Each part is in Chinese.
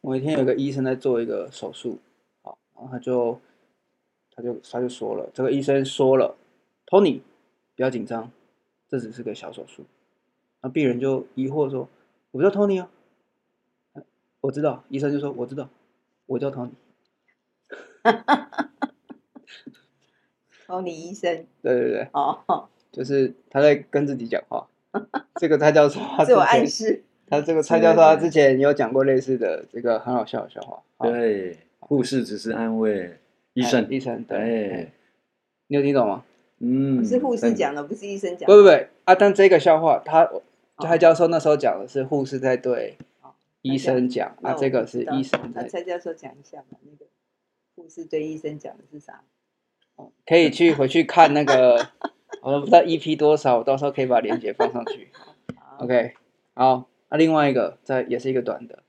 某一天有个医生在做一个手术，好，然后他就他就他就说了，这个医生说了，Tony，不要紧张，这只是个小手术。那病人就疑惑说，我不叫 Tony 啊，呃我知道，医生就说我知道，我叫 Tony。哦，你医生对对对，哦，就是他在跟自己讲话。 这个蔡教授他自我之暗前示，他这个蔡教授他之前也有讲过类似的这个很好笑的笑话。好对，护士只是安慰医生哎，医生，对，哎哎，你有听懂吗？嗯，是护士但讲的，不是医生讲不不的。不啊！但这个笑话，他蔡教授那时候讲的是护士在对哦医生讲那啊，我这个不是知道医生那在，蔡教授讲一下嘛，那个护士对医生讲的是啥？可以去回去看那 个，我都不知道 EP 多少，我到时候可以把链接放上去。 好 OK，好，那、另外一个，再也是一个短的，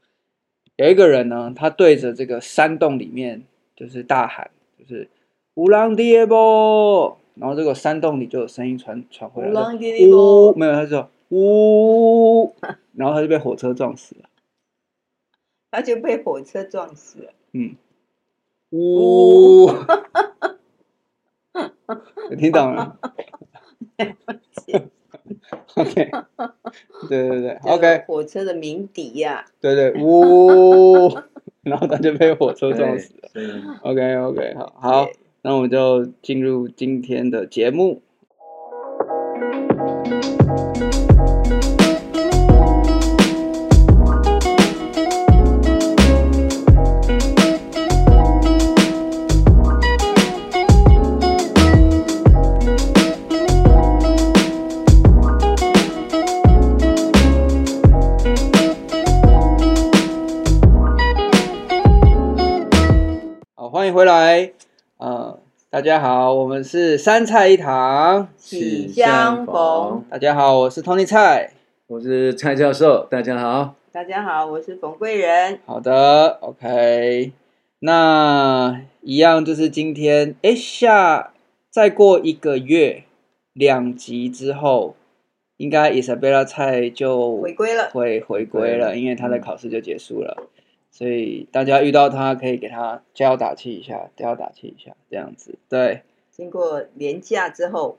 有一个人呢，他对着这个山洞里面就是大喊，就是“乌浪爹波”，然后这个山洞里就有声音传传回来乌了浪，爹波呜，没有，他说“呜”，然后他就被火车撞死了，他就被火车撞死了。嗯，呜， 有听懂了？OK，对对对这个，OK，火车的鸣笛呀，对对，呜，然后他就被火车对撞死了。所以 OK OK，好好，那我们就进入今天的节目。好，欢迎回来。呃，大家好，我们是三菜一堂。喜相逢。大家好，我是 Tony 蔡。我是蔡教授，大家好。大家好，我是冯贵人。好的，OK。那一样就是今天，哎，下再过一个月两集之后，应该 Isabella 蔡就回归了会回归了，因为他的嗯考试就结束了，所以大家遇到他可以给他加油打气一下，加油打气一下，这样子。对，经过廉假之后，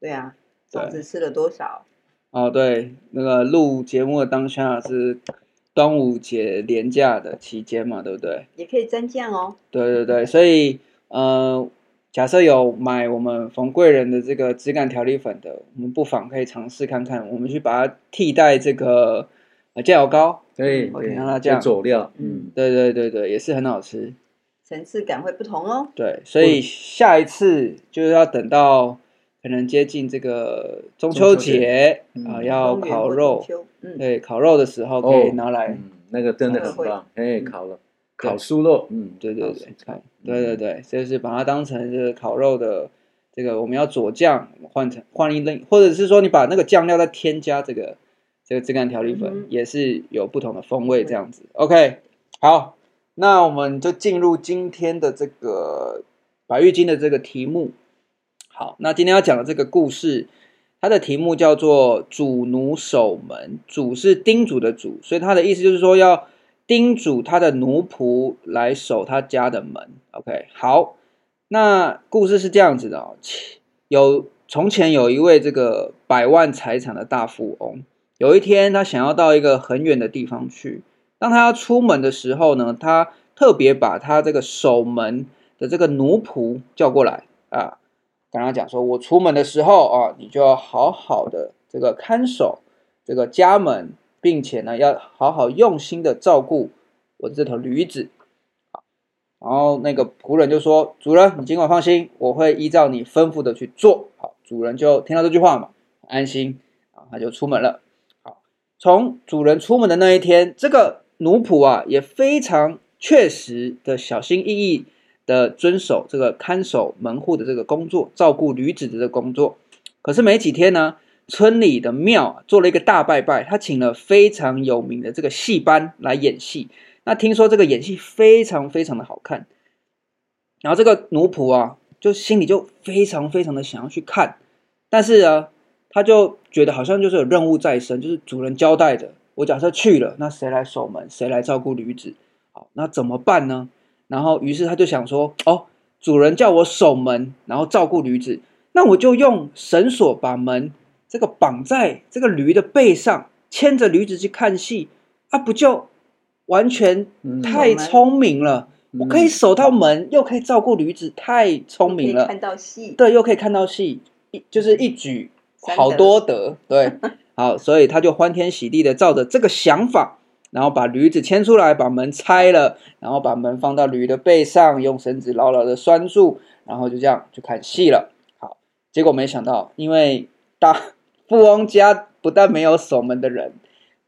对啊，对粽子吃了多少？哦对，那个录节目的当下是端午节连假的期间嘛，对不对？也可以蘸酱哦。对对对，所以呃，假设有买我们冯贵人的这个质感调理粉的，我们不妨可以尝试看看，我们去把它替代这个呃酱油膏。对，嗯我听对到他这样就佐料，嗯嗯，对对对对，也是很好吃。层次感会不同哦。对，所以下一次就是要等到可能接近这个中中秋秋节节啊、嗯要中元烤或中肉，哎秋，嗯，对，烤肉的时候可以拿来。嗯，那个真的很会棒，哎，嗯烤了，对烤酥肉，嗯，对对烤对酥，烤对对对，就是把它当成这个烤肉的这个，我们要佐酱换成换一类，或者是说你把那个酱料再添加这个这个质感调理粉，嗯哼也是有不同的风味这样子。OK，好，那我们就进入今天的这个白玉金的这个题目。好，那今天要讲的这个故事，它的题目叫做“主奴守门”，主是叮嘱的主，所以它的意思就是说要叮嘱他的奴仆来守他家的门。OK，好，那故事是这样子的哦，其有从前有一位这个百万财产的大富翁，有一天他想要到一个很远的地方去，当他要出门的时候呢，他特别把他这个守门的这个奴仆叫过来啊，跟他讲说：“我出门的时候啊，你就要好好的这个看守这个家门，并且呢，要好好用心的照顾我这头驴子。”好，然后那个仆人就说：“主人，你尽管放心，我会依照你吩咐的去做。”好，主人就听到这句话嘛，安心啊，他就出门了。从主人出门的那一天，这个奴仆啊也非常确实的小心翼翼的遵守这个看守门户的这个工作，照顾驴子的这个工作。可是没几天呢，村里的庙啊做了一个大拜拜，他请了非常有名的这个戏班来演戏。那听说这个演戏非常非常的好看，然后这个奴仆啊，就心里就非常非常的想要去看，但是啊，他就觉得好像就是有任务在身，就是主人交代的。我假设去了，那谁来守门？谁来照顾驴子？好，那怎么办呢？然后于是他就想说，哦，主人叫我守门，然后照顾驴子，那我就用绳索把门这个绑在这个驴的背上，牵着驴子去看戏，啊，不就完全嗯太聪明了？嗯我可以守到门，又可以照顾驴子，太聪明可以了。看到戏，对，又可以看到戏，一就是一举三好得多得， 对，好，所以他就欢天喜地的照着这个想法，然后把驴子牵出来，把门拆了，然后把门放到驴的背上，用绳子牢牢的拴住，然后就这样去看戏了。好，结果没想到，因为大富翁家不但没有守门的人，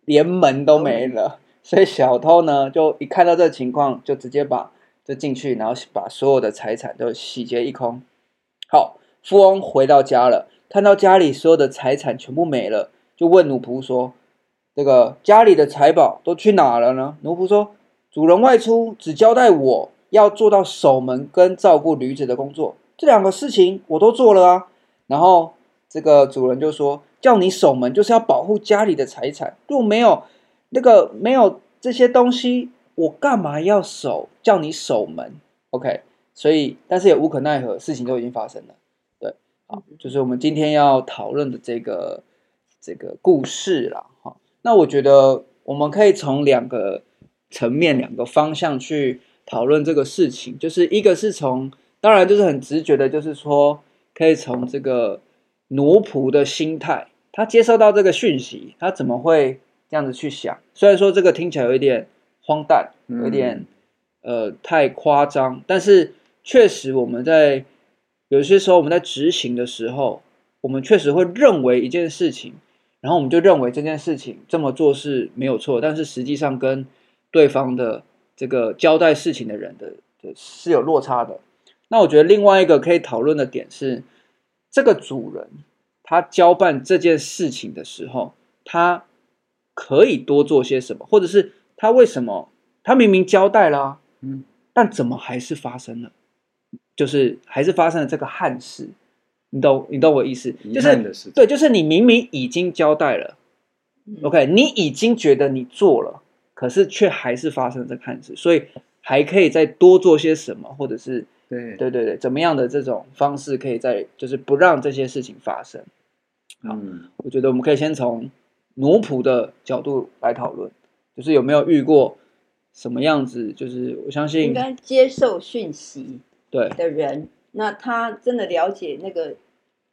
连门都没了，嗯所以小偷呢就一看到这情况，就直接把就进去，然后把所有的财产都洗劫一空。好，富翁回到家了，看到家里所有的财产全部没了，就问奴仆说：“这个家里的财宝都去哪了呢？”奴仆说：“主人外出，只交代我要做到守门跟照顾驴子的工作，这两个事情我都做了啊。”然后这个主人就说：“叫你守门就是要保护家里的财产，若没有那个没有这些东西，我干嘛要守？叫你守门，OK？所以，但是也无可奈何，事情都已经发生了。对，好，就是我们今天要讨论的这个这个故事啦。哈，那我觉得我们可以从两个层面、两个方向去讨论这个事情，就是一个是从，当然就是很直觉的，就是说可以从这个奴仆的心态，他接收到这个讯息，他怎么会这样子去想？虽然说这个听起来有一点荒诞，有点、呃太夸张，但是确实我们在有些时候我们在执行的时候，我们确实会认为一件事情，然后我们就认为这件事情这么做是没有错，但是实际上跟对方的这个交代事情的人的的是有落差的。那我觉得另外一个可以讨论的点是，这个主人他交办这件事情的时候，他可以多做些什么，或者是他为什么他明明交代啦、嗯，但怎么还是发生了？就是还是发生了这个憾事，你懂你懂我意思？遗就憾的事是情对，就是你明明已经交代了。嗯 OK，你已经觉得你做了，可是却还是发生了这个憾事，所以还可以再多做些什么，或者是对对对对，怎么样的这种方式可以在就是不让这些事情发生？嗯我觉得我们可以先从奴仆的角度来讨论，就是有没有遇过什么样子？就是我相应信该接受讯息对的人，那他真的了解那个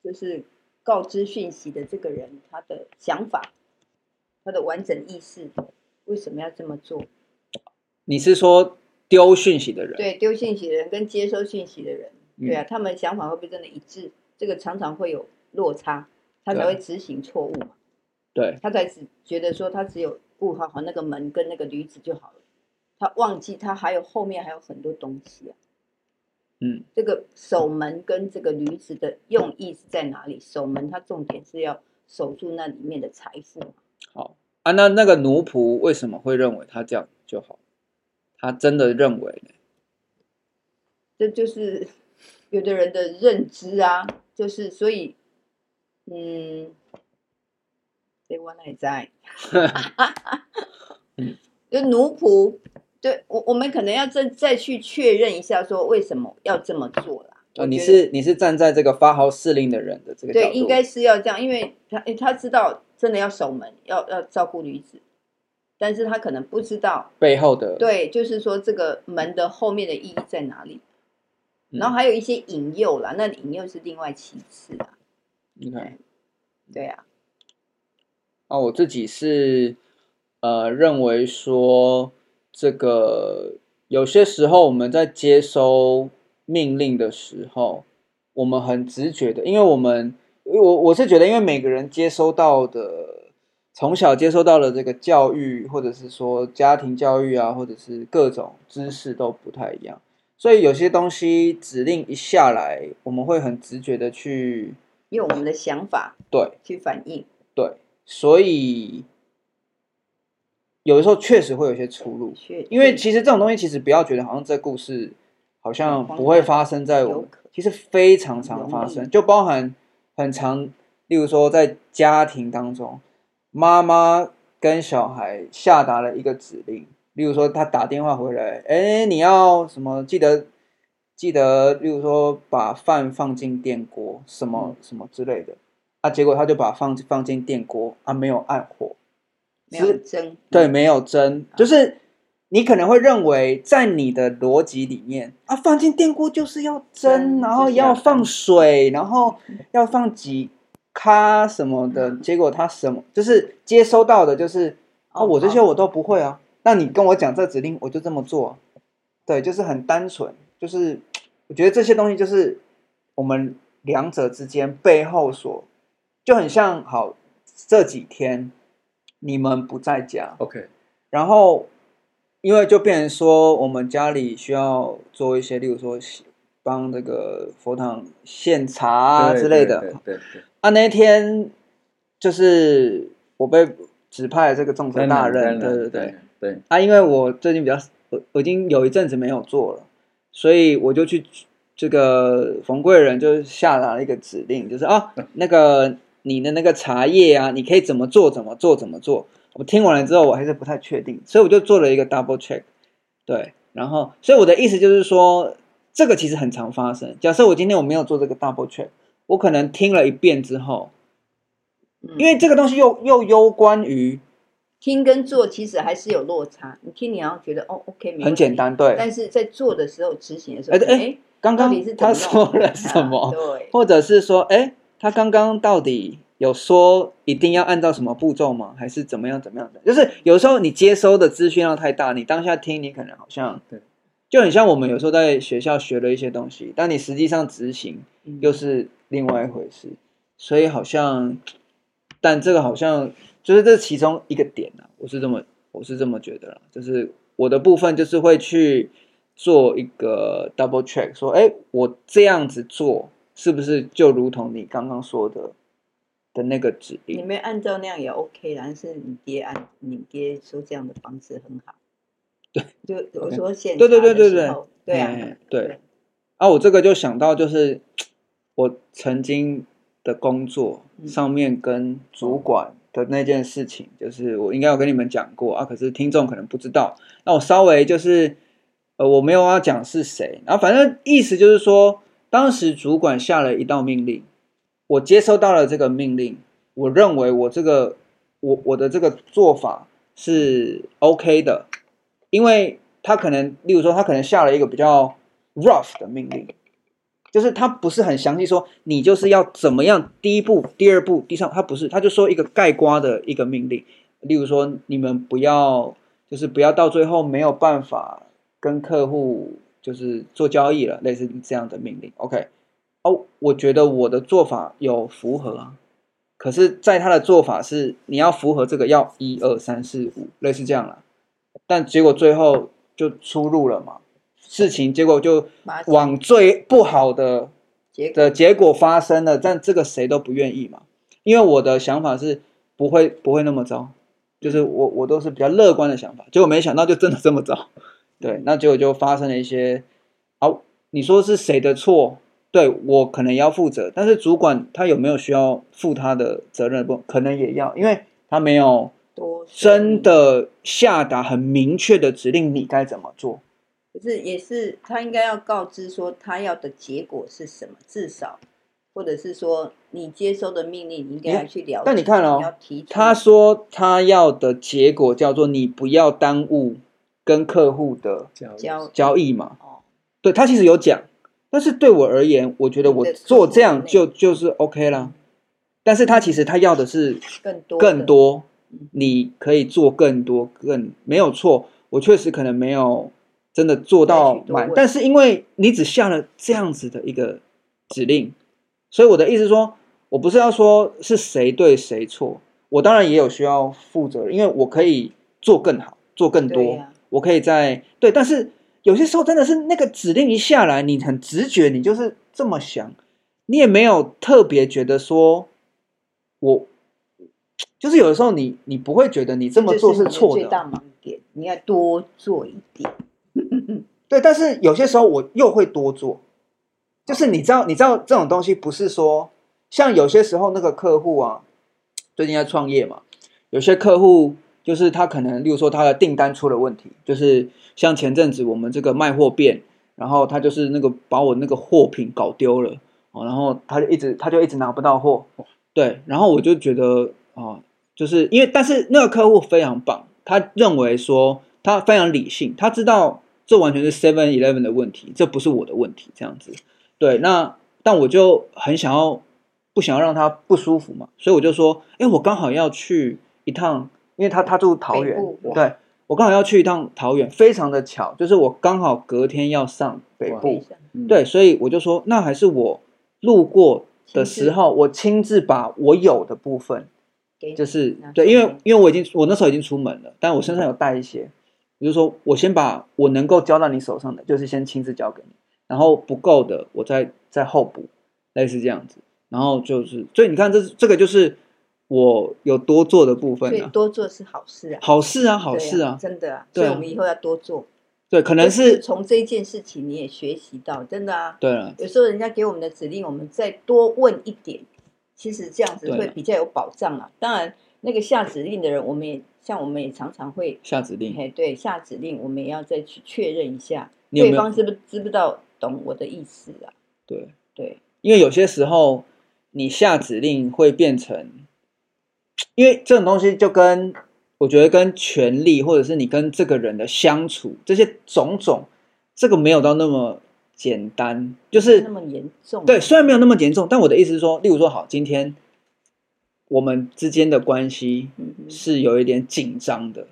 就是告知讯息的这个人他的想法，他的完整意识，为什么要这么做？你是说丢讯息的人，对，丢讯息的人跟接收讯息的人，嗯对啊，他们想法会不会真的一致？这个常常会有落差，他才对会执行错误嘛。对他才只觉得说他只有顾好好那个门跟那个驴子就好了，他忘记他还有后面还有很多东西啊。嗯，这个守门跟这个驴子的用意是在哪里？守门它重点是要守住那里面的财富嘛，好啊，那那个奴仆为什么会认为他这样就好？他真的认为呢？这就是 有的人的认知啊，就是所以，嗯，对，我也在， 就奴仆，对我我们可能要再再去确认一下，说为什么要这么做啦？哦，我你觉得是你是站在这个发号施令的人的这个角对，度，应该是要这样，因为他诶他知道真的要守门，要要照顾女子，但是他可能不知道，背后的对，就是说这个门的后面的意义在哪里。嗯然后还有一些引诱啦，那引诱是另外其次啦，你看对啊，啊，我自己是呃认为说，这个有些时候我们在接收命令的时候，我们很直觉的，因为我们因为我我是觉得，因为每个人接收到的。从小接收到的这个教育，或者是说家庭教育啊，或者是各种知识都不太一样，所以有些东西指令一下来，我们会很直觉的去用我们的想法对，去反应，对，所以有的时候确实会有一些出入，确因为其实这种东西其实不要觉得好像这故事好像不会发生在我有们可，其实非常常发容生，易就包含很常，例如说在家庭当中，妈妈跟小孩下达了一个指令，例如说他打电话回来，哎，你要什么？记得记得，例如说把饭放进电锅，什嗯么什么之类的。啊，结果他就把放放进电锅，啊，没有按火，没有争，对，没有蒸，啊就是你可能会认为，在你的逻辑里面啊，放进电锅就是要蒸，蒸然后就是要要蒸放水，然后要放几咖什么的。结果他什么就是接收到的，就是啊，嗯哦我这些好我都不会啊。那你跟我讲这指令，我就这么做啊。对，就是很单纯，就是我觉得这些东西就是我们两者之间背后所就很像好这几天你们不在家， OK，然后因为就变成说，我们家里需要做一些，例如说帮这个佛堂献茶啊对之类对的。对对对，啊，那一天就是我被指派这个众筹当然大任，当然对对对。对对，啊，因为我最近比较，我我已经有一阵子没有做了，所以我就去这个冯贵人就下达了一个指令，就是啊，那个你的那个茶叶啊，你可以怎么做，怎么做，怎么做。我听完了之后，我还是不太确定，所以我就做了一个 double check。对，然后，所以我的意思就是说，这个其实很常发生。假设我今天我没有做这个 double check，我可能听了一遍之后，嗯因为这个东西又又攸关于听跟做其实还是有落差。你听，你要觉得哦，OK，没问题很简，单，对。但是在做的时候、执行的时候，哎对哎哎，刚到刚底是怎他么说弄了什 么？啊 对，或者是说，哎，他刚刚到底有说一定要按照什么步骤吗？还是怎么样怎么样的？就是有时候你接收的资讯量太大，你当下听你可能好像对，就很像我们有时候在学校学了一些东西，但你实际上执行嗯又是另外一回事。所以好像，但这个好像就是这其中一个点啊，我是这么我是这么觉得啦，就是我的部分就是会去做一个 double check，说，哎，我这样子做是不是就如同你刚刚说的的那个指你令？没有按照那样也 OK 啦，但是你爹按你爹说这样的方式很好。对，就我 OK 说现对对场的对对时对候对啊哎，对。啊，我这个就想到就是我曾经的工作嗯上面跟主管的那件事情，就是我应该有跟你们讲过啊，可是听众可能不知道。那我稍微就是呃，我没有要讲是谁，然后反正意思就是说，当时主管下了一道命令，我接收到了这个命令，我认为我这个我我的这个做法是 OK 的，因为他可能，例如说，他可能下了一个比较 rough 的命令，就是他不是很详细说你就是要怎么样，第一步、第二步、第三步，他不是，他就说一个盖瓜的一个命令，例如说你们不要，就是不要到最后没有办法跟客户就是做交易了，类似这样的命令。OK，哦，我觉得我的做法有符合啊，可是，在他的做法是你要符合这个要一二三四五，类似这样啦。但结果最后就出入了嘛，事情结果就马上往最不好的结果的结果发生了，但这个谁都不愿意嘛。因为我的想法是不会不会那么糟，就是我我都是比较乐观的想法，结果没想到就真的这么糟。 对，那结果就发生了一些，啊，你说是谁的错？对我可能要负责，但是主管他有没有需要负他的责任不？可能也要，因为他没有多真，的下达很明确的指令，你该怎么做？可是也是他应该要告知说他要的结果是什么，至少或者是说你接收的命令，你应该你要看去了解。但你看哦要提出他说他要的结果叫做你不要耽误跟客户的交交易嘛。哦，对他其实有讲，但是对我而言，我觉得我对做这样客户就就是 OK 啦。但是他其实他要的是更多的更多嗯，你可以做更多，更没有错。我确实可能没有真的做到再去多满问，但是因为你只下了这样子的一个指令，所以我的意思说，我不是要说是谁对谁错，我当然也有需要负责任，因为我可以做更好，做更对啊多，呀我可以在对，但是有些时候真的是那个指令一下来，你很直觉，你就是这么想，你也没有特别觉得说，我就是有的时候你你不会觉得你这么做是你的错最的，大盲点，你要多做一点。对，但是有些时候我又会多做，就是你知道，你知道这种东西不是说像有些时候那个客户啊，最近在创业嘛，有些客户就是他可能，例如说他的订单出了问题，就是像前阵子我们这个卖货店，然后他就是那个把我那个货品搞丢了，哦，然后他就一直他就一直拿不到货，对，然后我就觉得哦，就是因为但是那个客户非常棒，他认为说他非常理性，他知道这完全是 Seven Eleven 的问题，这不是我的问题，这样子，对，那但我就很想要不想要让他不舒服嘛，所以我就说，哎，我刚好要去一趟，因为他他住桃园北部，对我刚好要去一趟桃园，非常的巧，就是我刚好隔天要上北哇部一，下嗯对，所以我就说，那还是我路过的时候，我亲自把我有的部分，给你就是拿对，出嗯因为来因为我已经我那时候已经出门了，但我身上有带一些，比如说我先把我能够交到你手上的，就是先亲自交给你，然后不够的我再再后补，类似这样子，然后就是，所以你看这这个就是我有多做的部分所以啊，多做是好事啊，好事啊，好对啊事啊，真的啊，对啊所以我们以后要多做。对，可能就是从这一件事情你也学习到，真的啊。对了，有时候人家给我们的指令，我们再多问一点，其实这样子对会啊比较有保障啊。当然，那个下指令的人，我们也像我们也常常会，下指令，哎，对，下指令我们也要再去确认一下，你有没对有方知不知不道懂我的意思啊？对。对，因为有些时候你下指令会变成，因为这种东西就跟我觉得跟权力或者是你跟这个人的相处这些种种，这个没有到那么简单，就是那么严重啊，对，虽然没有那么严重，但我的意思是说，例如说，好，今天我们之间的关系嗯哼，是有一点紧张的，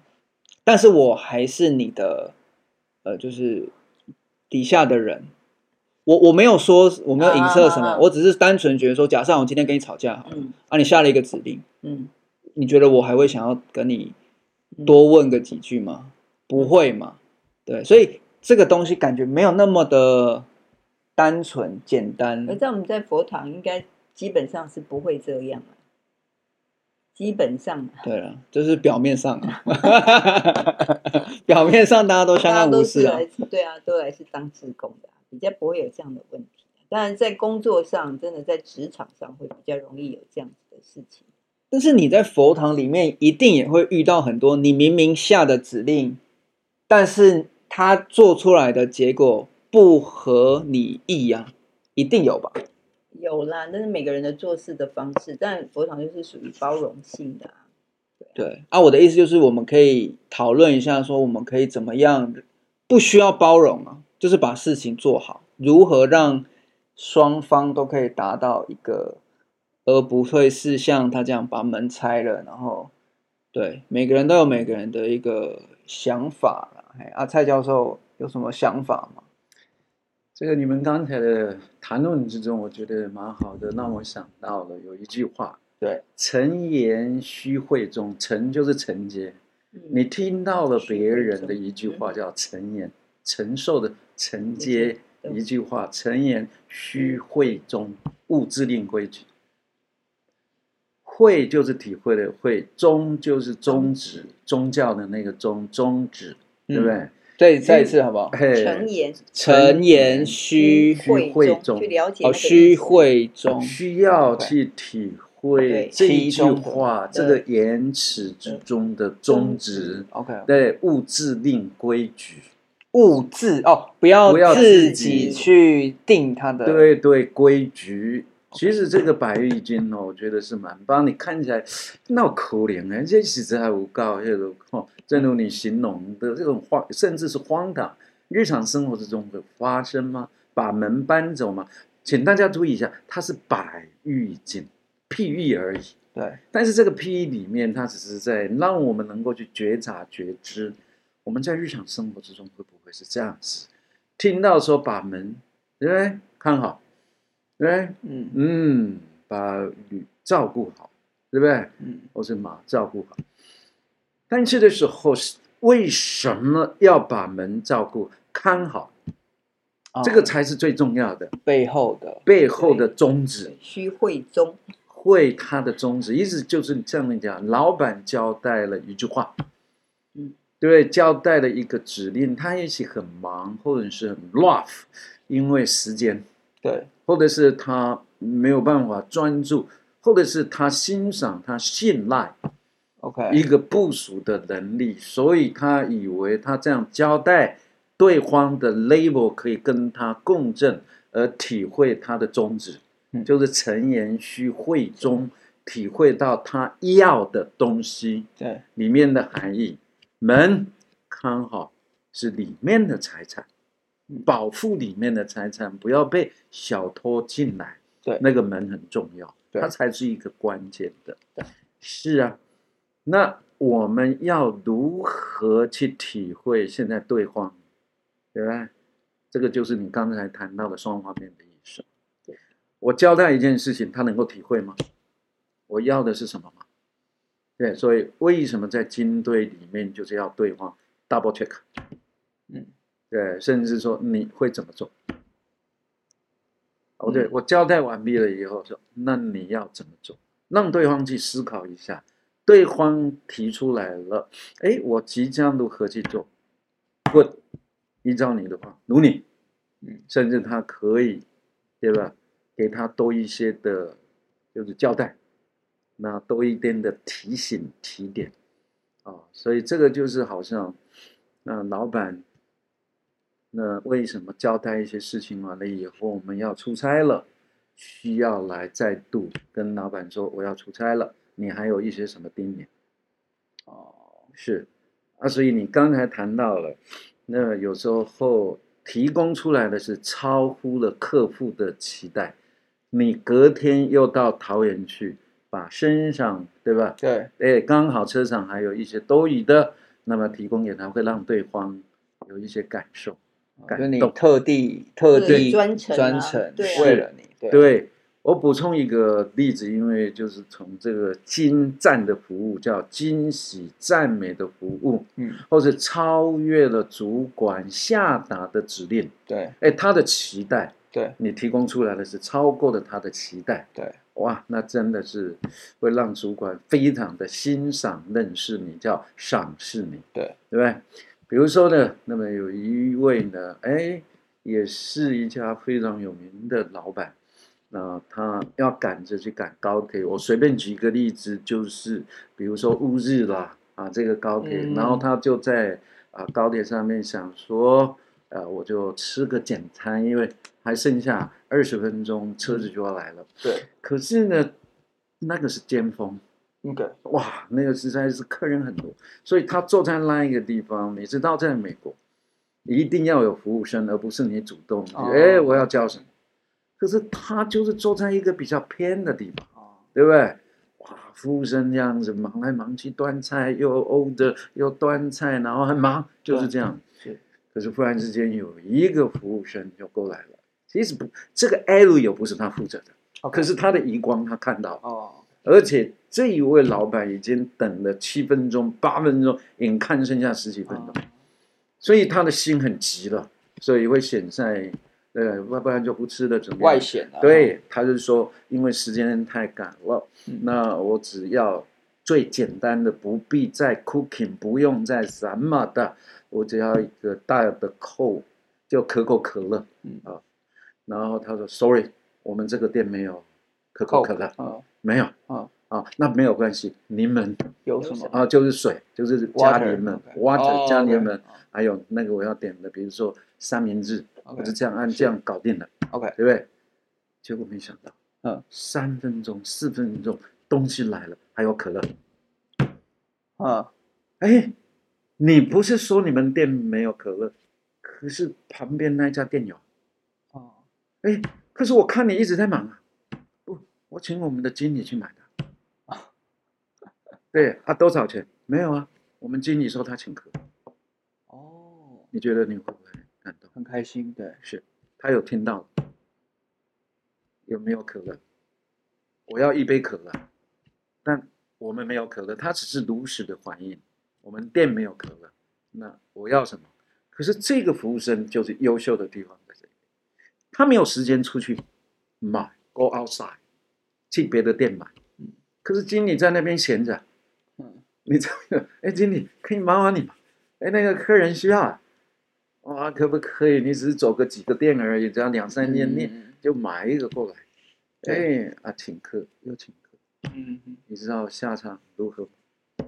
但是我还是你的，呃，就是底下的人。我我没有说我没有影射什么，啊啊啊我只是单纯觉得说，假设啊我今天跟你吵架好了，嗯啊，你下了一个指令，嗯，你觉得我还会想要跟你嗯多问个几句吗？不会嘛？对，所以这个东西感觉没有那么的单纯简单。而在我们在佛堂应该基本上是不会这样啊，基本上啊对了，就是表面上啊， 表面上大家都相大家安都无是事啊来。对啊，都来是当志工的啊、比较不会有这样的问题。啊当然，在工作上，真的在职场上会比较容易有这样子的事情。但是你在佛堂里面一定也会遇到很多你明明下的指令，但是他做出来的结果不合你意呀、一定有吧？有啦，但是每个人的做事的方式，但佛堂就是属于包容性的、啊。对啊，我的意思就是我们可以讨论一下，说我们可以怎么样，不需要包容啊，就是把事情做好，如何让双方都可以达到一个，而不会是像他这样把门拆了，然后对每个人都有每个人的一个想法啦。哎，啊，蔡教授有什么想法吗？这个你们刚才的谈论之中，我觉得蛮好的，让我想到了有一句话，对，诚言虚会中，诚就是承接，嗯你听到了别人的一句话叫承言，承受的承接一句话，承言虚会中，勿自令规矩。会就是体会的会，宗就是宗旨，宗教的那个宗宗旨，对不对？嗯再再一次好不好？嘿诚嗯言诚言虚虚会会中中去了解那哦，个虚意思，会中，需要去体会对这一句其中话，这个对言辞之中的宗旨。 OK，对，勿自令规矩。物质哦，不要不要自自己己去定它的。对对，规矩。其实这个百玉经哦，我觉得是蛮棒。你看起来闹可怜啊，这实在还无告，这个哦，正如你形容的这种荒，甚至是荒唐，日常生活之中会发生吗？把门搬走吗？请大家注意一下，它是百喻经，譬喻而已。对但是这个 PE 里面，它只是在让我们能够去觉察、觉知，我们在日常生活之中会不会是这样子？听到说把门，对不对？看好，对不对？嗯嗯，把女照顾好，对不对？嗯，或是马照顾好。但是的时候，为什么要把门照顾看好？哦这个才是最重要的，背后的背后的宗旨。虚会中，会他的宗旨，意思就是这样讲，老板交代了一句话，嗯，对不对？交代了一个指令，他也许很忙，或者是很 rough，因为时间，对或者是他没有办法专注，或者是他欣赏、他信赖， ，OK，一个部署的能力，所以他以为他这样交代对方的 label 可以跟他共振，而体会他的宗旨，嗯就是陈延虚会中体会到他要的东西对，里面的含义。门看好是里面的财产嗯，保护里面的财产，不要被小偷进来。对那个门很重要，对它才是一个关键的对。是啊，那我们要如何去体会现在对方，对吧？这个就是你刚才谈到的双方面的意思对。我交代一件事情，他能够体会吗？我要的是什么吗？对，所以为什么在军队里面就是要对方 double check？嗯，对，甚至说你会怎么做？哦，对嗯我交代完毕了以后说，那你要怎么做？让对方去思考一下，对方提出来了，哎，我即将如何去做？Good，依照你的话，如你，嗯，甚至他可以，对吧？给他多一些的，就是交代，那多一点的提醒提点，啊、所以这个就是好像，那老板那为什么交代一些事情完了以后，我们要出差了，需要来再度跟老板说我要出差了，你还有一些什么叮咛？哦，是，啊，所以你刚才谈到了，那有时候提供出来的是超乎了客户的期待，你隔天又到桃园去，把身上对吧？对，哎，刚好车上还有一些多余的，那么提供给他，会让对方有一些感受。哦就感是你动特地特对地专程啊专程对啊为了你，对对我补充一个例子，因为就是从这个精湛的服务叫惊喜赞美的服务，嗯，或者超越了主管下达的指令，对哎，他的期待，对你提供出来的是超过了他的期待，对，哇，那真的是会让主管非常的欣赏、认识你，叫赏识你，对对不对？比如说呢，那么有一位呢，哎，也是一家非常有名的老板，那、他要赶着去赶高铁，我随便举一个例子，就是比如说乌日啦，啊，这个高铁，嗯然后他就在啊高铁上面想说，呃，我就吃个简餐，因为还剩下二十分钟，车嗯子就要来了。对可是呢，那个是尖峰， ，OK，哇，那个实在是客人很多，所以他坐在那一个地方，你知道，在美国一定要有服务生，而不是你主动，哦哎、我要叫什么？可是他就是坐在一个比较偏的地方，哦，对不对？哇，服务生这样子忙来忙去，端菜又 order 又端菜，然后很忙，就是这样。是，可是忽然之间有一个服务生就过来了，其实不，这个 L 也不是他负责的。可是他的余光他看到，哦，而且这一位老板已经等了七分钟、八分钟，眼看剩下十几分钟，哦所以他的心很急了，所以会显在，呃，要不然就不吃了，怎么样外显啊，对，他是说，因为时间太赶了，嗯那我只要最简单的，不必再 cooking，不用再什么的，我只要一个大的 coke，就可口可乐，嗯啊，然后他说，sorry，我们这个店没有可口可乐，嗯，没有，嗯啊，那没有关系，柠檬有什么啊，就是水，就是加柠檬 OK ，water 哦加 OK，柠檬，还有那个我要点的，比如说三明治，哦 OK，我就这样按这样搞定了。 ，OK，对不对？结果没想到，嗯，三分钟、四分钟，东西来了，还有可乐。嗯，哎，你不是说你们店没有可乐？可是旁边那家店有。哦，哎，可是我看你一直在忙啊。不，我请我们的经理去买的。对啊，多少钱？没有啊，我们经理说他请客。哦，你觉得你会不会感动？很开心，对，是，他有听到。有没有可乐？我要一杯可乐。但我们没有可乐，他只是如实的反应。我们店没有可乐，那我要什么？可是这个服务生就是优秀的地方在这里，他没有时间出去买，go outside，去别的店买嗯。可是经理在那边闲着，嗯， 你这个，哎，经理，可以麻烦你吗？哎，那个客人需要啊，哇，可不可以？你只是走个几个店而已，只要两三间，你嗯就买一个过来。对哎，啊，请客又请客，嗯嗯你知道下场如何吗？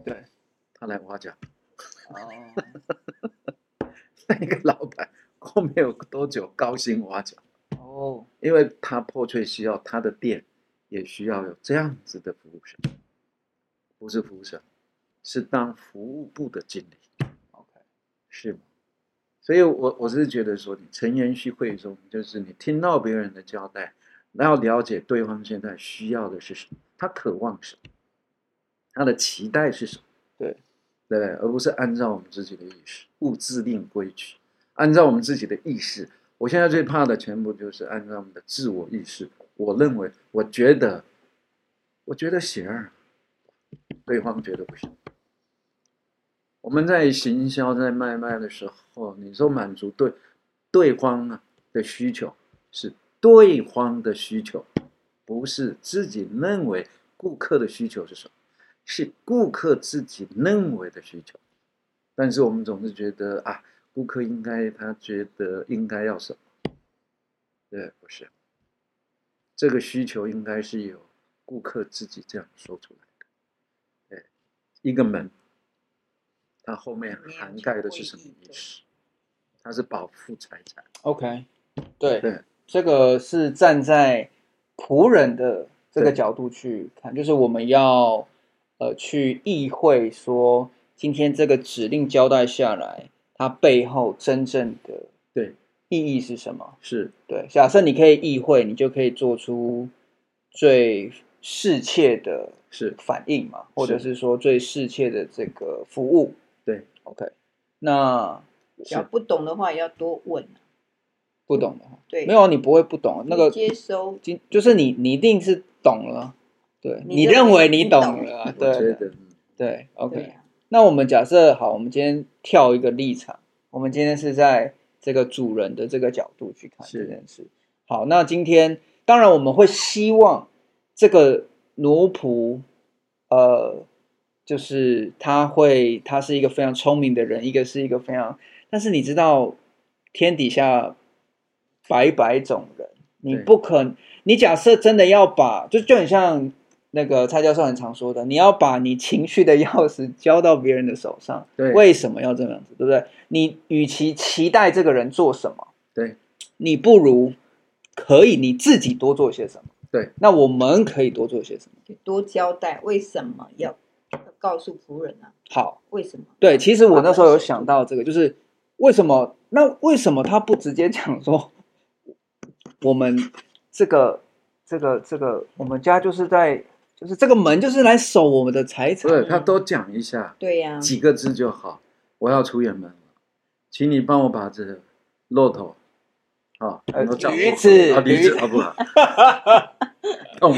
对，他来挖角， 哦，那个老板过没有多久高薪挖角，哦，因为他破碎需要他的店也需要有这样子的服务生，不是服务生，是当服务部的经理。 OK，是吗？所以我，我是觉得说，你成人聚会中，就是你听到别人的交代，然后了解对方现在需要的是什么，他渴望什么，他的期待是什么，对对不对，而不是按照我们自己的意识，物自定规矩，按照我们自己的意识。我现在最怕的全部就是按照我们的自我意识，我认为，我觉得，我觉得行儿，对方觉得不行。我们在行销、在卖卖的时候，你说满足对对方啊的需求，是对方的需求，不是自己认为顾客的需求是什么，是顾客自己认为的需求。但是我们总是觉得啊，顾客应该他觉得应该要什么，对，不是，这个需求应该是由顾客自己这样说出来的，对，一个门。它后面没有涵去盖的回是什么忆意对思？它是保护财产， OK，对，对这个是站在仆人的这个对角度去看，就是我们要呃去意会说，今天这个指令交代下来，它背后真正的对，意义是什么？是对，假设你可以意会，你就可以做出最适切的是，反应嘛，或者是说最适切的这个服务。对，OK，那只要不懂的话，也要多问啊。不懂的话，对，没有啊你不会不懂那个你接收今就是你，你一定是懂了，对，你你认认为为你你懂懂了啊，我觉对得嗯对，OK 对。啊，那我们假设好，我们今天跳一个立场，我们今天是在这个主人的这个角度去看是这件事。好，那今天当然我们会希望这个奴仆，呃，就是他会，他是一个非常聪明的人，一个是一个非常，但是你知道天底下百百种人，你对不可，你假设真的要把，就就很像那个蔡教授很常说的，你要把你情绪的钥匙交到别人的手上，对为什么要这样子，对不对？你与其期待这个人做什么，对你不如可以你自己多做些什么。对，那我们可以多做些什么？就多交代为什么要要告诉仆人啊？好，为什么？对，其啊实我那时候有想到这个，就是为什么？那为什么他不直接讲说，我们这个、这个、这个，我们家就是在，就是这个门就是来守我们的财不产。是他多讲一下对呀，几个字就好。我要出远门了，请你帮我把这个骆驼啊，呃能够照顾驴子啊，驴驴子子啊，不好， 动物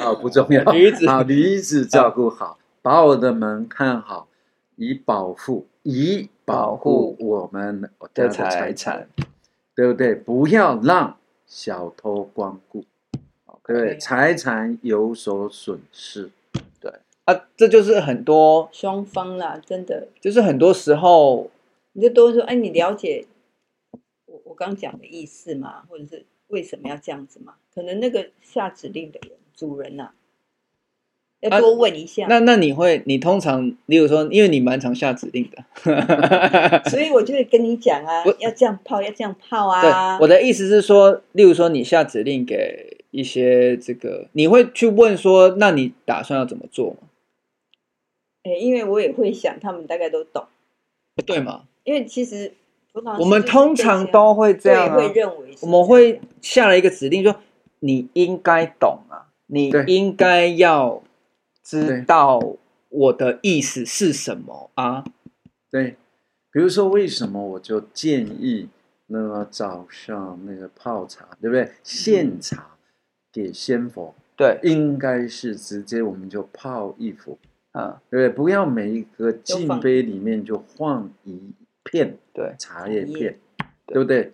啊不重要，驴子啊，驴子照顾好，把我的门看好，以保护以保护保护我们家的财财产产，对不对？不要让小偷光顾，对不对？对财产有所损失，啊，这就是很多，双方啦，真的，就是很多时候，你就多说，哎，你了解我我刚讲的意思吗？或者是为什么要这样子嘛？可能那个下指令的人，主人呐、要啊多问一下。那那你会，你通常，例如说，因为你蛮常下指令的， 所以我就会跟你讲啊我，要这样泡，要这样泡对啊，。我的意思是说，例如说你下指令给一些这个，你会去问说，那你打算要怎么做吗？哎因为我也会想，他们大概都懂，对吗？因为其实通常我们啊是通常都会这对样、啊，会认为是我们会下了一个指令说，你应该懂啊，你对应该要对知道我的意思是什么啊。对。比如说，为什么我就建议那么早上那个泡茶，对不对？现茶给仙佛，对，应该是直接我们就泡一壶，嗯，对不对？不要每一个都进放杯里面就放一片对，茶叶茶叶片，对不对？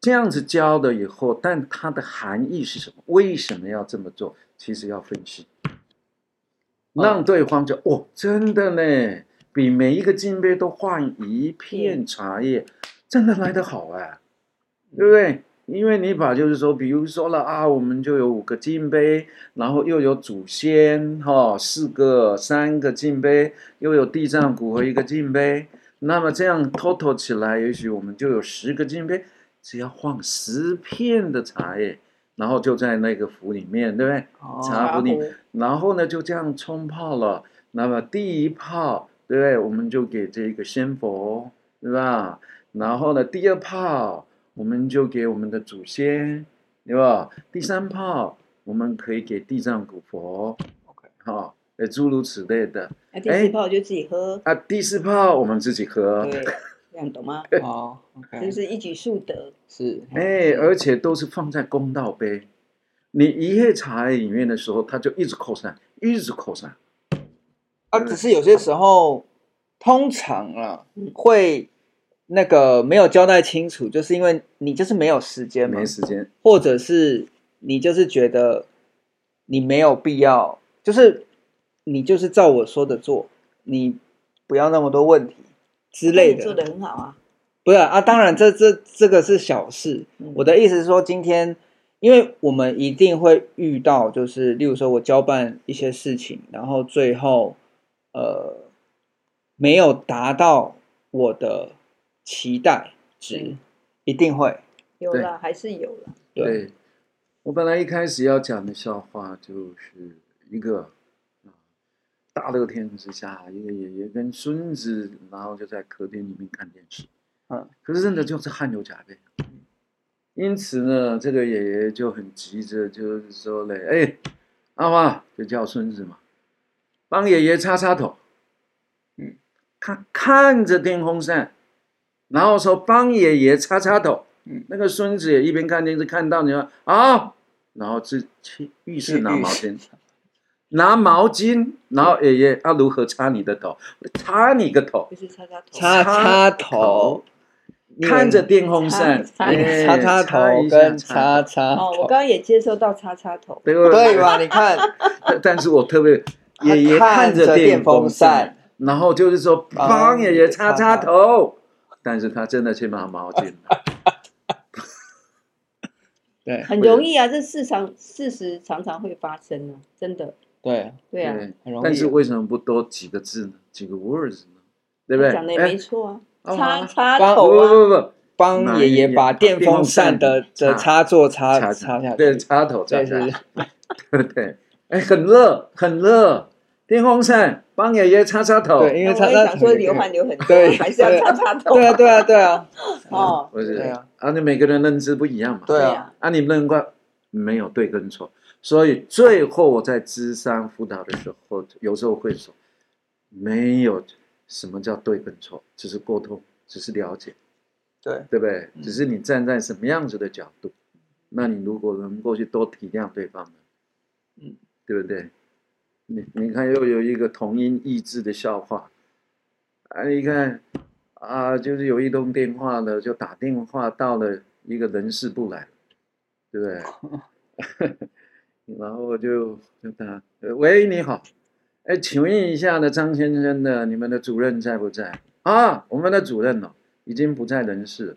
这样子教了以后，但它的含义是什么？为什么要这么做？其实要分析，嗯让对方就哦，真的呢，比每一个金啊杯都换一片茶叶，真的来得好哎、对不对？因为你把就是说，比如说了啊，我们就有五个金杯，然后又有祖先哈、四个、三个金杯，又有地藏骨和一个金杯，那么这样 total 起来，也许我们就有十个金杯，只要放十片的茶叶，然后就在那个壶里面，对不对？哦茶壶里，然后呢就这样冲泡了。那么第一泡，对不对？我们就给这个仙佛，对吧？然后呢，第二泡我们就给我们的祖先，对吧？第三泡我们可以给地藏古佛 OK 哈、呃，诸如此类的。啊，第哎四泡就自己喝，啊，第四泡我们自己喝，对，这样 懂吗？哦就，OK，是一举数得，是哎，而且都是放在公道杯。你一夜茶里面的时候，它就一直扩散，一直扩散。啊，只是有些时候，通常啊嗯会那个没有交代清楚，就是因为你就是没有时间嘛没，时间，或者是你就是觉得你没有必要，就是你就是照我说的做，你不要那么多问题之类你做的。的很好啊。不是啊，当然这这这个是小事，嗯我的意思是说，今天因为我们一定会遇到，就是例如说我交办一些事情，然后最后呃没有达到我的期待值，嗯一定会有对啦，还是有啦。对对，我本来一开始要讲的笑话就是一个啊，大热天之下，一个爷爷跟孙子，然后就在客厅里面看电视，嗯，可是真的就是汗流浃背。啊因此呢，这个爷爷就很急着，就是说嘞，哎，阿妈就叫孙子嘛，帮爷爷擦擦头。嗯，他看着电风扇，然后说帮爷爷擦擦头。嗯那个孙子也一边看电视看到你说啊，然后去去浴室拿毛巾，拿毛巾，然后爷爷啊如何擦你的头？擦你个头！就是擦擦头，擦擦擦头头，看着电风扇，擦一哎擦擦头一下跟擦擦擦哦，我头，刚刚也接收到擦擦头，对吧对吧？你看，但 但是我特别，他爷爷看着着电电风风扇扇，然后就是说帮帮爷爷擦擦擦头，但是他真的去拿毛巾了，对很容易啊，这市场事实常常会发生啊，真的， 对，对嗯啊，很容易但是为什么不多几个字呢？几个 words 呢？对不对？讲的也哎没错啊，哎擦哦擦帮头啊，不不不帮爷爷把电风扇的的插座不，插擦插下去，对，插头插对下是去，对不 对？哎，很热很热，电风扇帮爷爷擦擦头。对，因那为我插也插想说流汗流很对多，还是要擦擦头对啊，对啊，对啊，哦，不是对啊啊，你每个人认知不一样嘛。对啊啊，啊，你不能怪没有对跟错。所以最后我在智商辅导的时候，有时候会说，没有什么叫对跟错，只是沟通，只是了解，对，对不对？嗯只是你站在什么样子的角度，那你如果能够去多体谅对方呢，嗯，对不对？你你看又有一个同音异字的笑话，啊，你看啊，就是有一通电话呢，就打电话到了一个人事部来，对不对？ 然后我就就打，呃喂，你好，哎，请问一下呢，张先生呢，你们的主任在不在啊？我们的主任哦，已经不在人事了。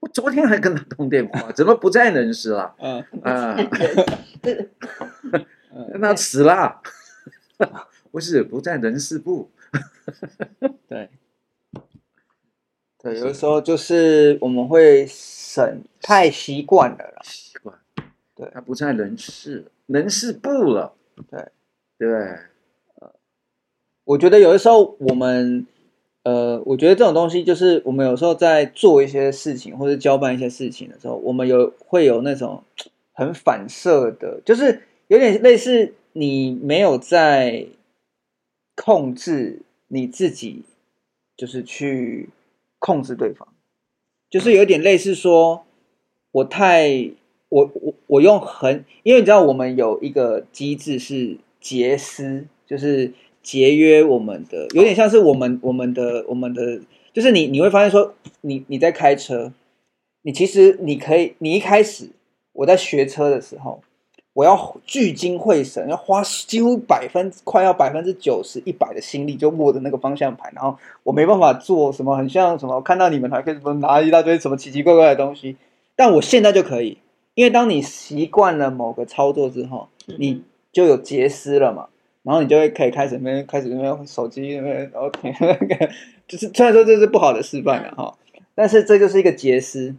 我昨天还跟他通电话，怎么不在人事了？嗯 啊，对嗯，那死啦！ 不是不在人事部，对，对，有的时候就是我们会省太习惯了啦，奇怪，对他不在人事，人事部了，对，对不对？我觉得有的时候我们，呃，我觉得这种东西就是我们有时候在做一些事情或者交办一些事情的时候，我们有会有那种很反射的，就是有点类似你没有在控制你自己，就是去控制对方，就是有点类似说，我太。我我我用很，因为你知道我们有一个机制是节私，就是节约我们的，有点像是我们我们的我们的，就是你你会发现说，你你在开车，你其实你可以，你一开始我在学车的时候，我要聚精会神，要花几乎百分快要百分之九十一百的心力就握着那个方向盘，然后我没办法做什么，很像什么，看到你们还可以什么拿一大堆什么奇奇怪怪的东西，但我现在就可以，因为当你习惯了某个操作之后，你嗯就有结丝了嘛，然后你就会可以开始那边开始那边手机那边，然后 就是虽然说这是不好的示范了啊哈，但是这就是一个结丝。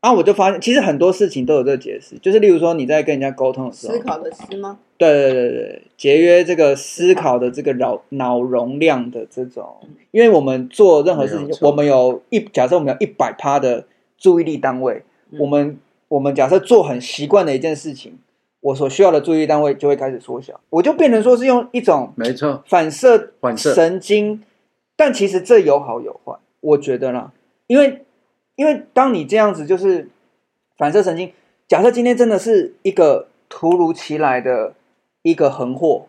啊，我就发现其实很多事情都有这个结丝，就是例如说你在跟人家沟通的时候 思，考的思吗？对对对对，节约这个思考的这个脑脑容量的这种，因为我们做任何事情没有，错我们有一假设我们有一百趴的注意力单位，嗯我们我们假设做很习惯的一件事情，我所需要的注意力单位就会开始缩小，我就变成说是用一种没错，反射反射神经，但其实这有好有坏，我觉得啦，因为因为当你这样子就是反射神经，假设今天真的是一个突如其来的一个横祸，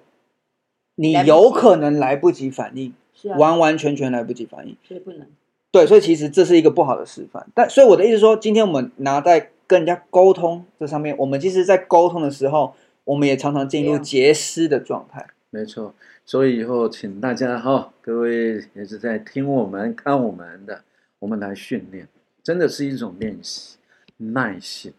你来不及有可能来不及反应，是啊，完完全全来不及反应。所以不能。对，所以其实这是一个不好的示范。但所以我的意思说，今天我们拿在跟人家沟通这上面，我们其实在沟通的时候，我们也常常进入对啊结丝的状态。没错。所以以后请大家哈，各位也是在听我们、看我们的，我们来训练，真的是一种练习，耐心，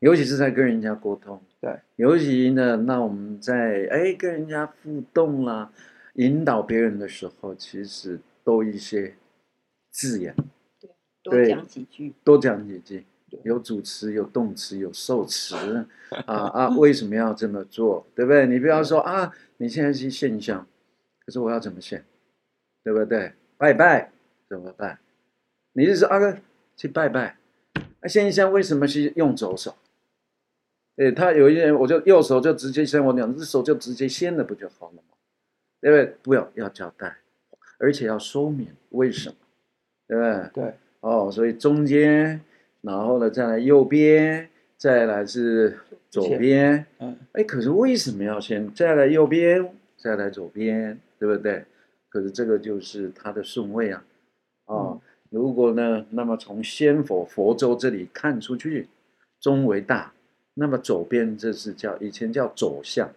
尤其是在跟人家沟通。对，尤其呢，那我们在哎跟人家互动啦、引导别人的时候，其实多一些字眼，多对讲几句，多讲几句对，有主词，有动词，有受词，啊啊，为什么要这么做？对不对？你不要说啊，你现在是现象，可是我要怎么现？对不对？拜拜怎么办？你是说啊哥去拜拜？啊，现象为什么是用左手？对他有一些人，我就右手就直接先，我两只手就直接先了，不就好了吗？对不对？不要要交代，而且要说明为什么，对不对？对，哦，所以中间，然后呢，再来右边，再来是左边。嗯，哎，可是为什么要先再来右边，再来左边，对不对？可是这个就是它的顺位啊。哦，如果呢，那么从仙佛佛州这里看出去，中为大，那么左边这是叫以前叫左相，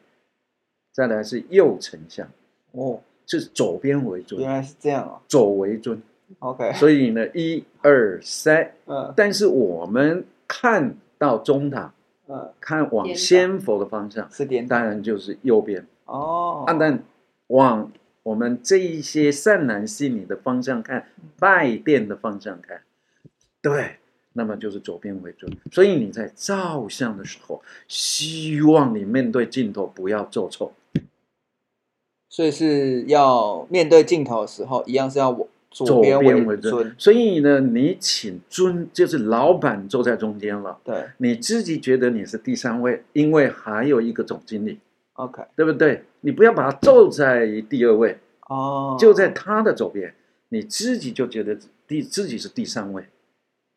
再来是右丞相，哦，就是左边为尊原，来是这样哦。左为尊。 OK，所以呢，一二三。嗯但是我们看到中塔，嗯，看往颠倒仙佛的方向，是颠倒当然就是右边。哦。啊，但往我们这一些善男信女的方向看，拜殿的方向看，对，那么就是左边为准。所以你在照相的时候，希望你面对镜头不要做错。所以是要面对镜头的时候，一样是要我左左边边为为尊准，。所以呢，你请尊就是老板坐在中间了，对你自己觉得你是第三位，因为还有一个总经理， ，OK，对不对？你不要把它坐在第二位，哦，就在他的左边，你自己就觉得第自己是第三位，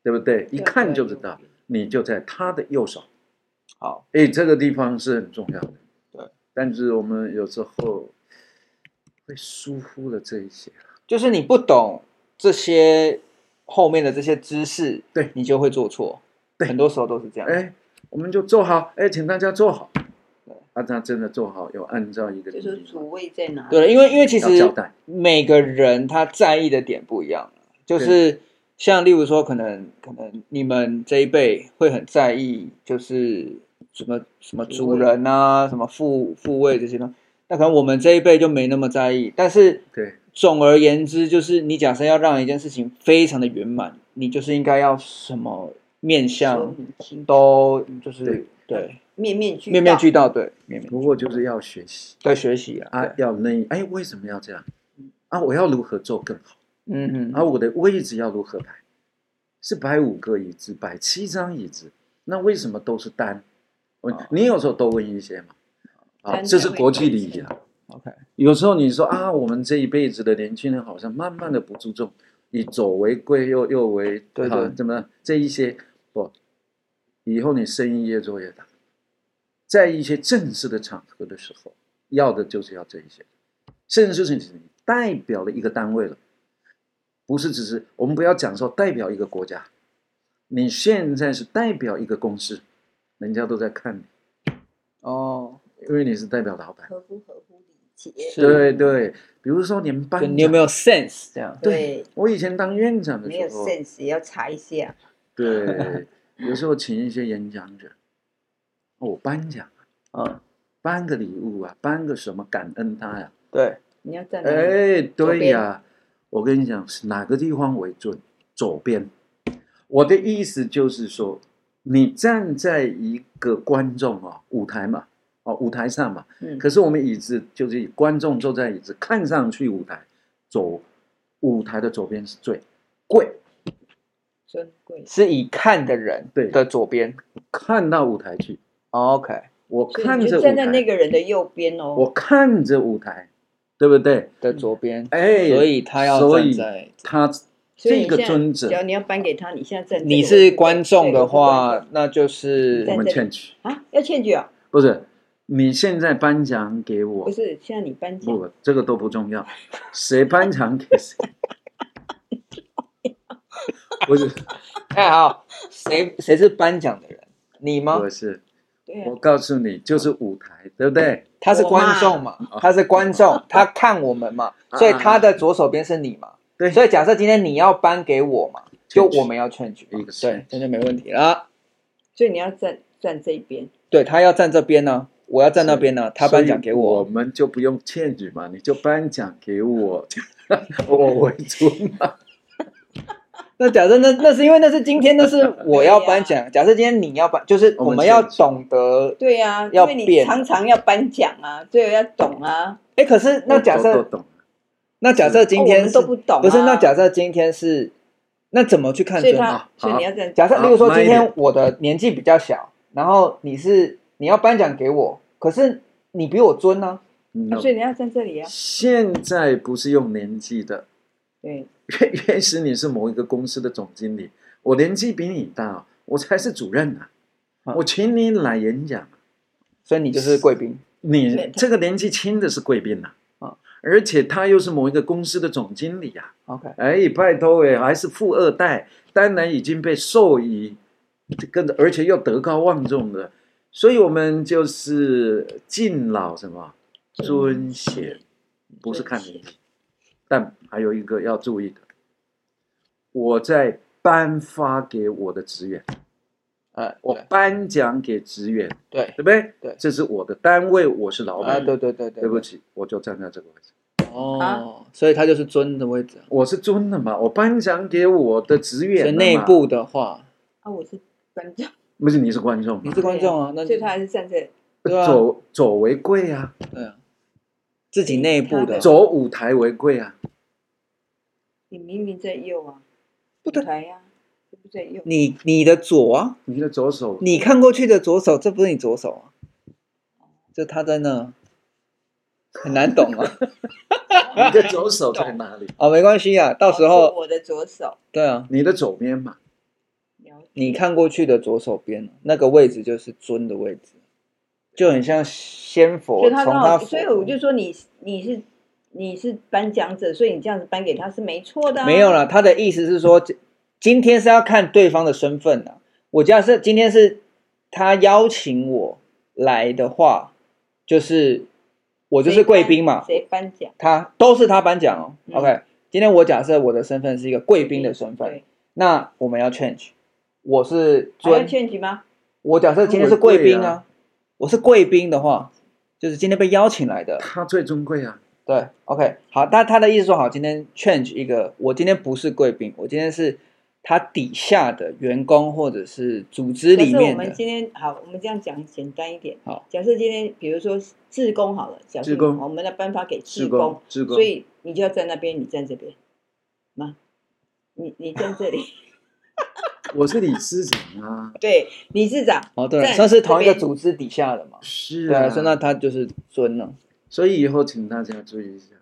对不对？啊一看就知道你就在他的右手。好，哎，这个地方是很重要的。对，但是我们有时候会疏忽了这一些。就是你不懂这些后面的这些知识，对你就会做错。对很多时候都是这样。哎，我们就做好，哎，请大家做好对。啊，他真的做好，有按照一个就礼是仪主位在哪？对了，因为因为其要交实代每个人他在意的点不一样，就是像例如说，可能可能你们这一辈会很在意，就是什么什么主人啊，什么父父位这些东西，那可能我们这一辈就没那么在意。但是对，总而言之，就是你假设要让一件事情非常的圆满，你就是应该要什么面说向明清楚，都就是对对面面俱到，面面俱到，对面面不过就是要学习在学习啊，啊对，要那哎，为什么要这样？啊，我要如何做更好？嗯而嗯，我的位置要如何摆？是摆五个椅子，摆七张椅子，那为什么都是单？我哦你有时候多问一些嘛，啊，单这是才会国际够礼仪称啊。 ，OK，有时候你说啊，我们这一辈子的年轻人好像慢慢的不注重以左为贵，右右为对啊对怎么这一些不，以后你生意越做越大，在一些正式的场合的时候，要的就是要这一些，甚至是你代表了一个单位了，不是只是我们不要讲说代表一个国家，你现在是代表一个公司，人家都在看你，哦。因为你是代表老板。合乎合乎理解，是对对，比如说你们班就长，你有没有 sense 这样？对，我以前当院长的没有时候， sense 也要查一下，对，有时候请一些演讲者，我颁奖啊，嗯，颁个礼物啊，颁个什么感恩他呀、对，你要站在那里哎，对呀、边我跟你讲，是哪个地方为准？左边。我的意思就是说，你站在一个观众啊舞台嘛，哦舞台上嘛，嗯可是我们椅子就是以观众坐在椅子，看上去舞台左舞台的左边是最贵，尊贵，是以看的人对的左边。哦看到舞台去， OK，我所以看你着就舞站在那台，个人的右边哦。我看着舞台，对不对？的左边，哎，所以他要所站以在。他所以这你个现在尊者只要你要颁给他，你现在站这个位你置。是观众对的我是观话，那就是我在们这欠取，众啊，要欠举啊？不是？你现在颁奖给我不，是，现在你颁奖，不，这个都不重要，谁颁奖给谁？不是，哎好，谁谁是颁奖的人？你吗？不是，对啊我，告诉你，就是舞台，对不对？他是观众嘛，他是观众，他看我们嘛，所以他的左手边是你嘛。对所以假设今天你要颁给我嘛，就劝举我们要劝举嘛，一个是对，这就没问题啦。所以你要站站这一边。对他要站这边呢，我要站那边呢，他颁奖给所以我我。们就不用欠举嘛，你就颁奖给我， 我为主嘛。 那假设那那是因为那是今天那是我要 颁奖，假设今天你要颁，就是我我们们要劝举懂得。对呀、因要为你变常常要颁奖啊，所以要懂啊。哎，可是那假我都设懂，那假设今哦我天们是都不懂、啊，不是？那假设今天是那怎么去看所以尊重？他啊，所以你要站，假设，好例如说，啊慢一今点天我的年纪比较小，然后你是你要颁奖给我，可是你比我尊呢、嗯啊所以你要站这里啊。现在不是用年纪的， 对，原原始你是某一个公司的总经理，我年纪比你大，我才是主任啊，啊我请你来演讲。所以你就是贵宾。对你他这个年纪轻的是贵宾呐、啊，啊而且他又是某一个公司的总经理呀、 OK，哎，拜托哎，还是富二代，当然已经被授予，跟着而且又德高望重的，所以我们就是敬老什么嗯尊嗯贤，不是看年纪，但还有一个要注意的，我在颁发给我的职员，呃，我颁奖给职员，对对不对？对这是我的单位，我是老啊，板，对对对对，对不起，我就站在这个位置。哦，所以他就是尊的位置。啊我是尊的嘛，我颁奖给我的职员所以的嘛内部的话，啊，我是颁奖，不是你是观众你嘛，是观众啊，那所以他还是站这里。对啊走走为贵啊，对啊，自己内部的对走舞台为贵啊，你明明在右啊，不舞对台呀、啊，对不对？右你你的左啊，你的左手你看过去的左手，这不是你左手啊，就他在那，很难懂 啊。你的左手在哪里？哦，没关系啊，到时哦是候我的左手，对啊，你的左边嘛，了解你看过去的左手边啊那个位置就是尊的位置，就很像仙佛所以从他刚他好，佛所以我就说你你是你是颁奖者，所以你这样子颁给他是没错的、啊。没有，啦。他的意思是说，今天是要看对方的身份啊。我假设今天是他邀请我来的话，就是我就是贵宾嘛，谁颁奖？他都是他颁奖哦。嗯 OK，今天我假设我的身份是一个贵宾的身份，对，那我们要 change，我是还要尊劝举吗？我假设今天是贵宾很贵啊，我是贵宾的话，就是今天被邀请来的。他最尊贵啊，对，OK，好，但他的意思说好，今天 change 一个，我今天不是贵宾，我今天是他底下的员工或者是组织可里是我面们的。今天好，我们这样讲简单一点。好，假设今天比如说志工好了，假设志工我们来颁发给志志工，志工所，以你就要站那边，你站这边，吗？你你站这里， 我是理事长啊，对，理事长哦，对了，在算是同一这个边组织底下的嘛。是对啊，啊，所以那他就是尊了。所以以后请大家注意一下，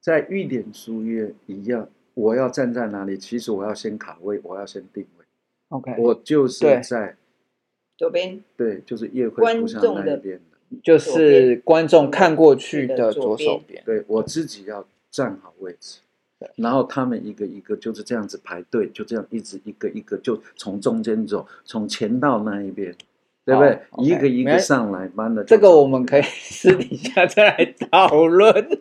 在玉点书院一样，我要站在哪里？其实我要先卡位，我要先定位， OK，我就是对在左边对，就是叶惠观菩萨众那的一边的。就是观众看过去的左左边手边。对我自己要站好位置对，然后他们一个一个就是这样子排队，就这样一直一个一个就从中间走，从前道那一边，对不对？ OK，一个一没个关上来，慢了就这个走我们可以 私底下再来讨论。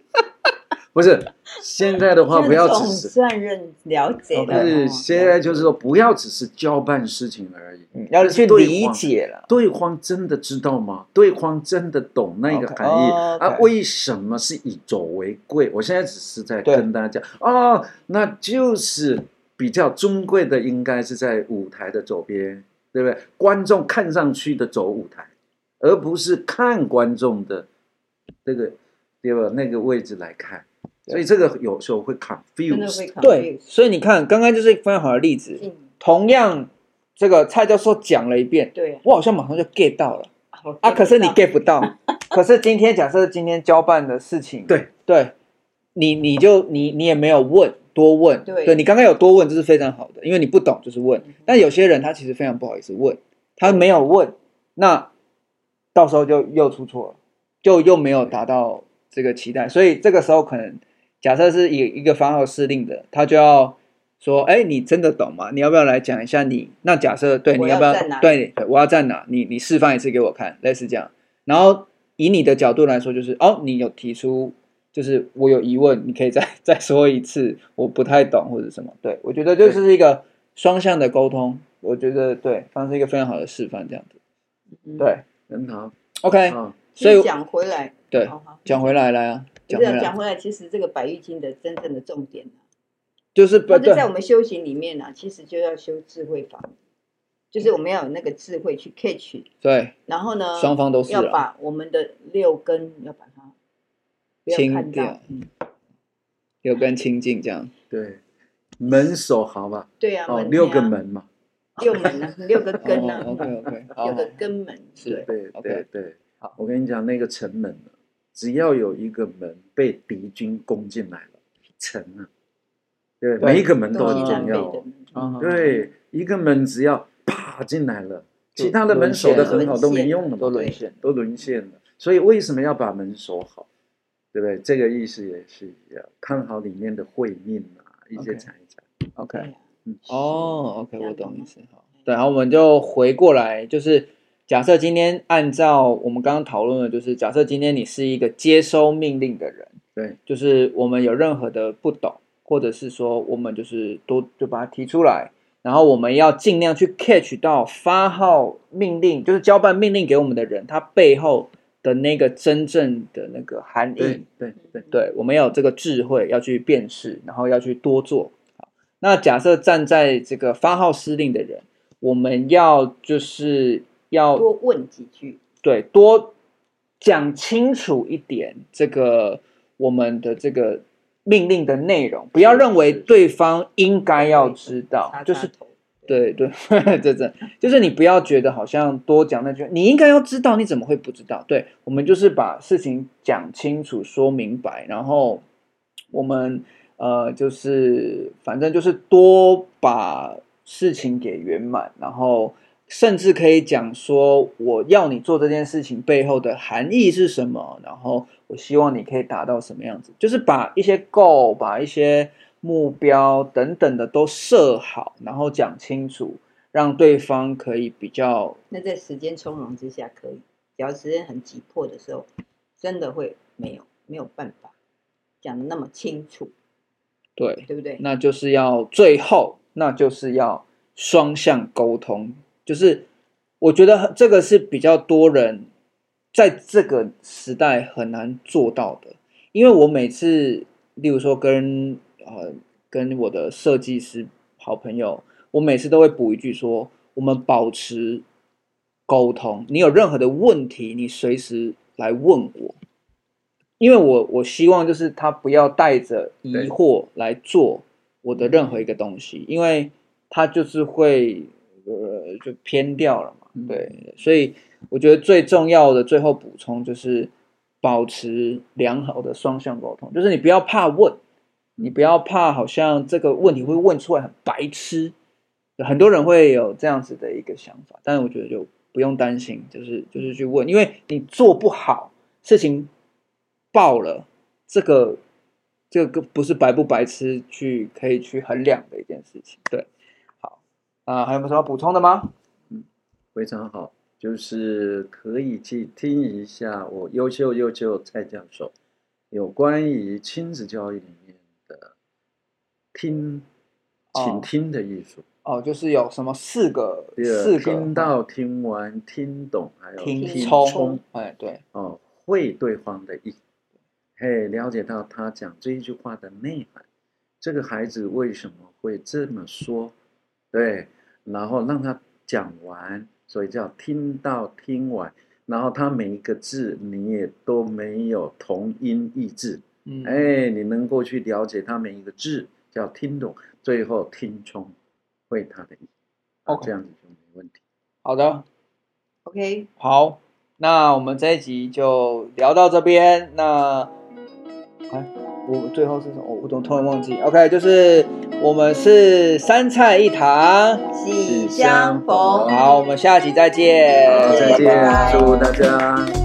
不是现在的话，不要总只是，算认了解就了，OK 哦是现在就是说不要只是交办事情而已，嗯要但是去对理方解了。对方真的知道吗？对方真的懂那个 OK，含义哦，OK 啊？为什么是以走为贵？我现在只是在对跟大家讲哦，那就是比较尊贵的，应该是在舞台的左边，对不对？观众看上去的走舞台，而不是看观众的这个对吧？那个位置来看，对所以这个有时候会真的会 confuse。考对虑，所以你看，刚刚就是非常好的例子。啊嗯，同样，这个蔡教授讲了一遍，对啊我好像马上就 get 到了好啊，可是你知道 get 不到。 可是今天假设今天交办的事情，对对，你你就你你也没有问多问，对你刚刚有多问，这是非常好的，因为你不懂就是问嗯哼。但有些人他其实非常不好意思问，他没有问，那到时候就又出错了，就又没有达到这个期待，所以这个时候可能假设是以一个发号施令的，他就要。说，哎，你真的懂吗？你要不要来讲一下你？那假设对，我你要不要站哪对，对我要站哪？你你示范一次给我看，类似这样。然后以你的角度来说，就是哦，你有提出，就是我有疑问，你可以再再说一次，我不太懂或者什么。对我觉得这对是一个双向的沟通，我觉得对，方是一个非常好的示范，这样子。嗯对很好， ，OK，啊，所其以实讲回来，对好好讲回来来啊，就讲是回要讲来回来，其实这个百玉经的真正的重点啊，就是不或者对哦在我们修行里面呢、啊，其实就要修智慧法，就是我们要有那个智慧去 catch，对，然后呢，双方都是呃要啊，把我们的六根要把它不要清看掉到，，嗯，有跟清净这样，对，门守好吧，对啊，哦，门六个啊，门嘛，六门啊，六个根啊，哦，OK OK，好六，个根门，是对，对 OK 对对，好我跟你讲，那个城门啊，只要有一个门被敌军攻进来了，城啊，对，对每一个门都东很西南重北要的哦。门，嗯好好对，一个门只要啪进来了，就其他的门守得很沦陷好了都没用了都嘛，沦陷，都沦陷了。所以为什么要把门守好？对不对？这个意思也是一样，看好里面的会面啊，一些 OK 财产。 ，OK 对。啊嗯，哦，OK，这样我懂懂意吗思。好，对，然后我们就回过来，就是假设今天按照我们刚刚讨论的，就是假设今天你是一个接收命令的人，对，就是我们有任何的不懂，或者是说我们就是多就把它提出来，然后我们要尽量去 catch 到发号命令，就是交办命令给我们的人，他背后的那个真正的那个含义对，对对，嗯对，我们要有这个智慧，要去辨识，然后要去多做。好，那假设站在这个发号施令的人，我们要就是要多问几句，对多讲清楚一点这个我们的这个命令的内容，不要是认为是对方应该要知道插，就是插头，对对， 这这就是你不要觉得好像多讲那句，你应该要知道，你怎么会不知道？对我们就是把事情讲清楚、说明白，然后我们呃，就是反正就是多把事情给圆满，然后甚至可以讲说，我要你做这件事情背后的含义是什么，然后我希望你可以达到什么样子，就是把一些 goal，把一些目标等等的都设好，然后讲清楚，让对方可以比较那在时间匆忙之下可以，只要时间很急迫的时候，真的会没有没有办法讲的那么清楚，对，对不对？那就是要最后，那就是要双向沟通，就是我觉得这个是比较多人在这个时代很难做到的，因为我每次，例如说跟呃跟我的设计师好朋友，我每次都会补一句说，我们保持沟通，你有任何的问题，你随时来问我。因为我我希望就是他不要带着疑对惑来做我的任何一个东西，因为他就是会呃就偏掉了嘛，嗯对，所以我觉得最重要的最后补充就是保持良好的双向沟通，就是你不要怕问，你不要怕好像这个问题会问出来很白痴，很多人会有这样子的一个想法，但是我觉得就不用担心，就是就是去问，因为你做不好事情爆了，这个这个不是白不白痴去可以去衡量的一件事情。对，好啊、还有没有什么要补充的吗？非常好，就是可以去听一下我优秀优秀蔡教授有关于亲子教育里面的听，哦倾听的艺术。哦，就是有什么四个第二四个听到、听完、听懂，还有听听冲聪，哎对，哦，会对方的意，嘿，了解到他讲这一句话的内涵，这个孩子为什么会这么说，对，然后让他讲完，所以叫听到听完，然后他每一个字你也都没有同音异字，嗯，哎，你能够去了解他每一个字，叫听懂，最后听从，会他的意，啊 OK 这样子就没问题。好的， OK，好，那我们这一集就聊到这边。那，哎，我最后是什么？我我怎么突然忘记？OK，就是我们是三菜一汤。喜相相逢。逢好，我们下集再见。好，再见拜拜，祝大家。